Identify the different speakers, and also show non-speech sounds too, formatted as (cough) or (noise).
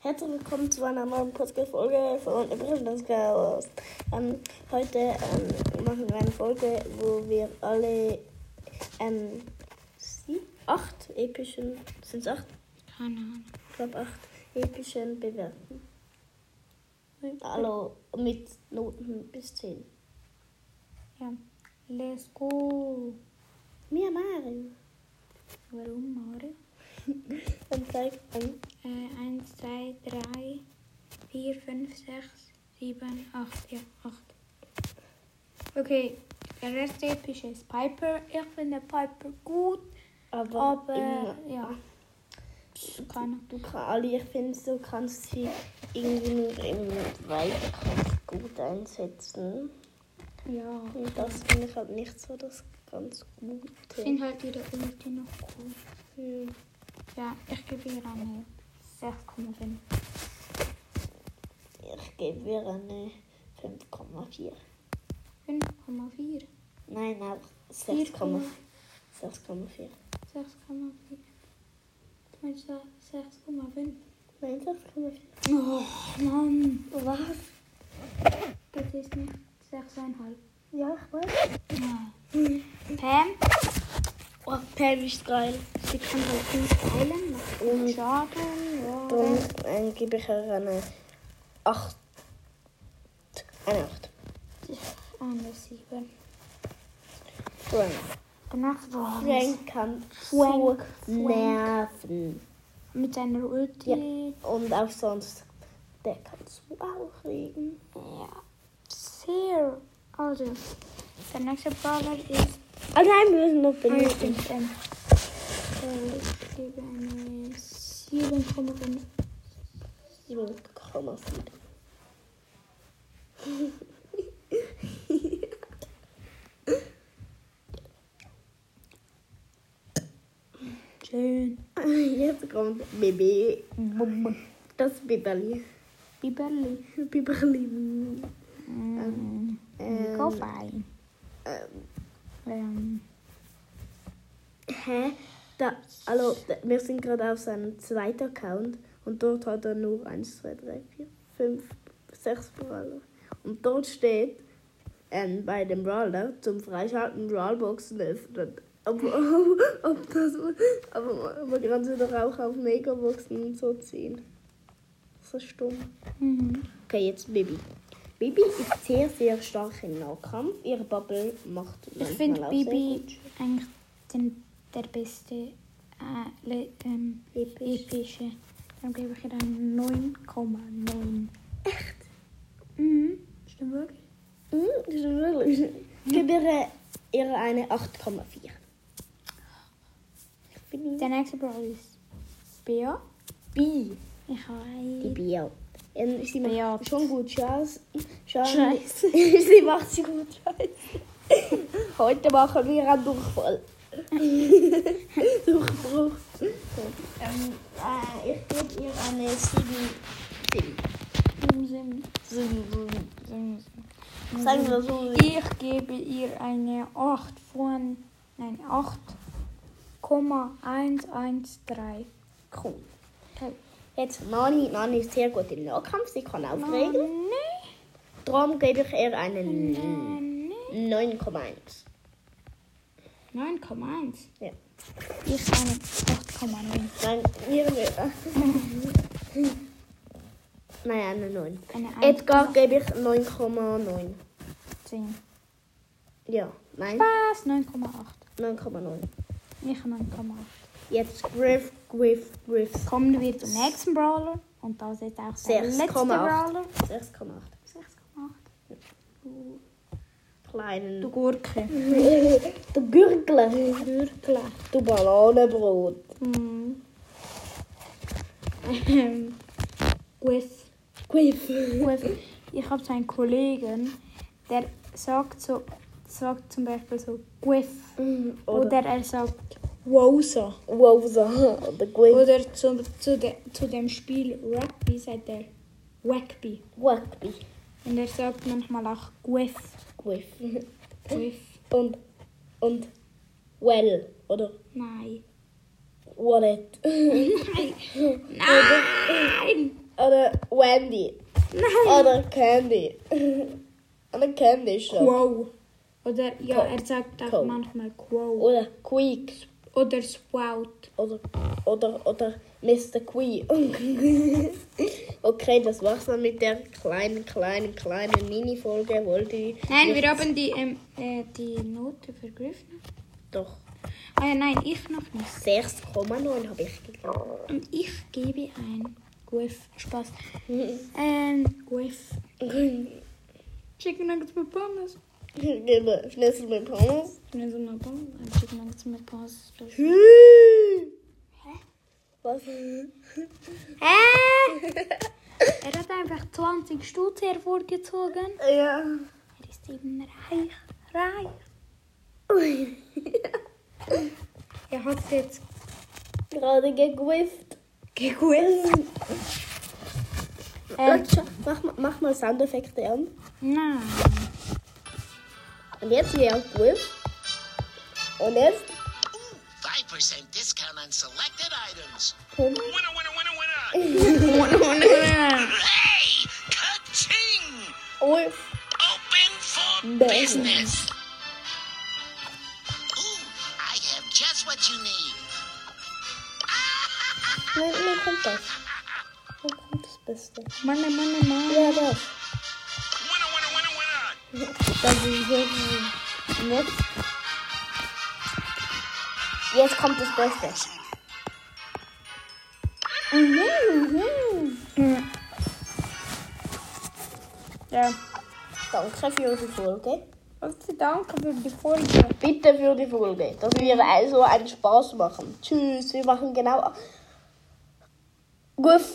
Speaker 1: Herzlich willkommen zu einer neuen Podcast-Folge von Impressions Chaos. Ähm, heute ähm, machen wir eine Folge, wo wir alle ähm, sie- acht epischen, sind es acht?
Speaker 2: Keine Ahnung.
Speaker 1: Ich glaube acht epischen bewerten. Hallo, mit Noten bis zehn.
Speaker 2: Ja. Let's go.
Speaker 1: Mir Mario.
Speaker 2: Warum, Mario?
Speaker 1: Dann zeig an.
Speaker 2: Äh, 1, 2, 3, 4, 5, 6, 7, 8. Ja, 8. Okay, der erste epische ist Piper. Ich finde Piper gut,
Speaker 1: Aber,
Speaker 2: aber
Speaker 1: immer-
Speaker 2: ja. Pff, Keine Ahnung.
Speaker 1: Du kannst Ali, ich finde, du kannst sie irgendwie nur im Weitkampf gut einsetzen.
Speaker 2: Ja.
Speaker 1: Und das finde ich halt nicht so das ganz
Speaker 2: Ich
Speaker 1: Gute.
Speaker 2: finde halt ihre Ulti noch cool.
Speaker 1: Hm.
Speaker 2: Ja, ich gebe ihr eine 6,5.
Speaker 1: Ich gebe ihr eine 5,4.
Speaker 2: 5,4.
Speaker 1: Nein, auch 6,4.
Speaker 2: 4,4.
Speaker 1: 6,4.
Speaker 2: 6,4. Du meinst da 6,5?
Speaker 1: Nein, 6,4.
Speaker 2: Oh Mann,
Speaker 1: Was?
Speaker 2: das ist nicht 6,5.
Speaker 1: Ja, ich weiß.
Speaker 2: Ah. Pam,
Speaker 1: Oh, Pam ist geil.
Speaker 2: sie kann halt gut heilen, macht
Speaker 1: Mhm.
Speaker 2: gut Schaden. Ja.
Speaker 1: Dann ähm, gebe ich ihr eine 8. Eine 8.
Speaker 2: Eine 7.
Speaker 1: Frank.
Speaker 2: Danach war
Speaker 1: Frank kann
Speaker 2: Frank.
Speaker 1: so nerven.
Speaker 2: mit seiner Ulti.
Speaker 1: Und auch sonst. Der kann so aufregen.
Speaker 2: Ja. Sehr. Also, der nächste Brawler ist.
Speaker 1: Oh nein, wir müssen noch
Speaker 2: Ah, ja,
Speaker 1: benutzen.
Speaker 2: stimmt, ähm, äh, Ich gebe eine 7,5.
Speaker 1: 7,7.
Speaker 2: Schön.
Speaker 1: (laughs) Jetzt kommt Baby. Das Biberli.
Speaker 2: Biberli.
Speaker 1: Biberli.
Speaker 2: Mm.
Speaker 1: Ähm,
Speaker 2: Go fein.
Speaker 1: ähm,
Speaker 2: Ähm,
Speaker 1: hä? Da, hallo, da- wir sind gerade auf seinem zweiten Account und dort hat er nur 1, 2, 3, 4, 5, 6 Brawler. Und dort steht ähm, bei dem Brawler zum Freischalten Brawlboxen öffnen. Aber, (laughs) ob das, aber, aber kannst du doch auch auf Megaboxen und so ziehen. So stumm.
Speaker 2: mhm.
Speaker 1: Okay, jetzt Bibi. Bibi ist sehr, sehr stark im Nahkampf. Ihre Bubble macht
Speaker 2: Ich
Speaker 1: manchmal
Speaker 2: finde
Speaker 1: auch
Speaker 2: Bibi
Speaker 1: sehr
Speaker 2: eigentlich den, der beste äh, le- ähm,
Speaker 1: gut.
Speaker 2: epische. Dann gebe ich ihr dann 9,9. Echt? Mhm. Stimmt wirklich?
Speaker 1: Hm, das ist wirklich. Ich gebe ihr, ihr eine 8,4. Ich finde
Speaker 2: Der nächste Brawl ist Bea.
Speaker 1: Bibi.
Speaker 2: Ich
Speaker 1: Die
Speaker 2: habe
Speaker 1: Bio. Ähm, Sie macht
Speaker 2: Beat.
Speaker 1: schon gut Scheiß. (laughs)
Speaker 2: Scheiss.
Speaker 1: sie macht sie gut Scheiß. Heute machen wir einen Durchfall. Durchbruch. Ähm, äh, ich gebe ihr eine 7. 7.
Speaker 2: Sim.
Speaker 1: Sagen wir so.
Speaker 2: Ich gebe ihr eine 8 von. Nein, 8,113.
Speaker 1: Cool.
Speaker 2: Okay.
Speaker 1: Jetzt Nani. Nani ist sehr gut im Nahkampf. Sie kann aufregen.
Speaker 2: Nein.
Speaker 1: Darum gebe ich ihr einen
Speaker 2: Nein.
Speaker 1: 9,1.
Speaker 2: 9,1.
Speaker 1: Ja.
Speaker 2: Ich eine 8,9.
Speaker 1: Nein, ihre Mütter. (laughs) Nein, eine 9.
Speaker 2: Eine 1,
Speaker 1: Edgar gebe ich 9,9.
Speaker 2: 10.
Speaker 1: Ja, nein,
Speaker 2: Was? 9,8.
Speaker 1: 9,9.
Speaker 2: Ich 9,8.
Speaker 1: Jetzt Griff, Griff, Griff.
Speaker 2: Kommen wir zum nächsten Brawler. Und da ist jetzt auch
Speaker 1: 6,8.
Speaker 2: der letzte Brawler.
Speaker 1: 6,8.
Speaker 2: 6,8.
Speaker 1: Kleinen.
Speaker 2: Du Gurke.
Speaker 1: du Gürgler.
Speaker 2: Gürkle.
Speaker 1: Du Bananenbrot.
Speaker 2: Hm. Ähm. Guess.
Speaker 1: Griff.
Speaker 2: Gut, ich habe so einen Kollegen, der sagt so, sagt zum Beispiel so Guff.
Speaker 1: Mm,
Speaker 2: Oder,
Speaker 1: Oder
Speaker 2: er sagt Wowsa.
Speaker 1: Wowza. Oder Griff.
Speaker 2: Oder zu, zu, de, zu dem Spiel Rugby sagt er Wackby.
Speaker 1: Wackby.
Speaker 2: Und er sagt manchmal auch Guff.
Speaker 1: Griff.
Speaker 2: Guff.
Speaker 1: Und, und Well. Oder
Speaker 2: Nein.
Speaker 1: (laughs) Wallet.
Speaker 2: Nein!
Speaker 1: Oder Wendy.
Speaker 2: Nein.
Speaker 1: Oder Candy. (laughs) Oder Candy Shop.
Speaker 2: Quo. Oder ja,
Speaker 1: Quo.
Speaker 2: er sagt auch
Speaker 1: Quo.
Speaker 2: manchmal Quo.
Speaker 1: Oder Quick.
Speaker 2: Oder Sprout.
Speaker 1: Oder, oder, oder Mr. Quee. (laughs) okay, das war's dann mit der kleinen, kleinen, kleinen Mini-Folge. Wollte ich.
Speaker 2: Nein,
Speaker 1: nicht-
Speaker 2: wir haben die, ähm, äh, die Note vergriffen.
Speaker 1: Doch,
Speaker 2: Ah ja, nein, ich noch nicht.
Speaker 1: 6,9 habe ich (laughs) gegeben.
Speaker 2: Und ich gebe ein Guff. Spaß. Ähm, Ein Guff. Chicken Nuggets mit Pommes.
Speaker 1: Ich gebe Schnitzel mit Pommes.
Speaker 2: Schnitzel mit Pommes. Ein Chicken Nuggets mit Pommes. Hä?
Speaker 1: Was?
Speaker 2: (laughs) er hat einfach 20 Stutz hervorgezogen.
Speaker 1: Ja.
Speaker 2: Er ist eben reich. Reich. Er hat jetzt
Speaker 1: (laughs) Gerade gegwifft.
Speaker 2: geguckt. Ähm,
Speaker 1: Äh, Mach, mal- mach mal Soundeffekte an.
Speaker 2: (laughs) nein.
Speaker 1: Und jetzt wir auf Gwifft. Und jetzt.
Speaker 3: 5% discount on selected items.
Speaker 1: kommt-
Speaker 3: Winner, winner, winner, winner. Hooray! Ka-ching!
Speaker 1: Ulf.
Speaker 3: Open for
Speaker 1: Business.
Speaker 3: business. Ooh, I have just what you need.
Speaker 1: Nein, nein, kommt das. Wo kommt das Beste?
Speaker 2: Mann, Mann, Mann.
Speaker 1: Ja, das.
Speaker 3: Winner, winner, winner, winner.
Speaker 1: Das ist so nett. Jetzt kommt das Beste. Mhm,
Speaker 2: Ja.
Speaker 1: Danke für die Folge.
Speaker 2: Und sie danken für die Folge.
Speaker 1: Bitte für die Folge, dass wir also einen Spaß machen. Tschüss, wir machen genau. Guff.